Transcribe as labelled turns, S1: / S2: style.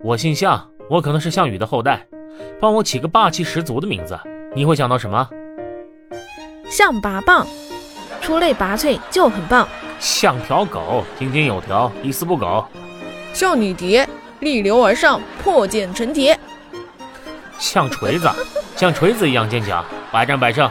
S1: 我姓项，我可能是项羽的后代，帮我起个霸气十足的名字。你会想到什么？
S2: 象拔蚌，出类拔萃就很棒。
S1: 像条狗，井井有条，一丝不苟；
S3: 少女蝶，逆流而上，破茧成蝶。
S1: 像锤子，像锤子一样坚强，百战百胜。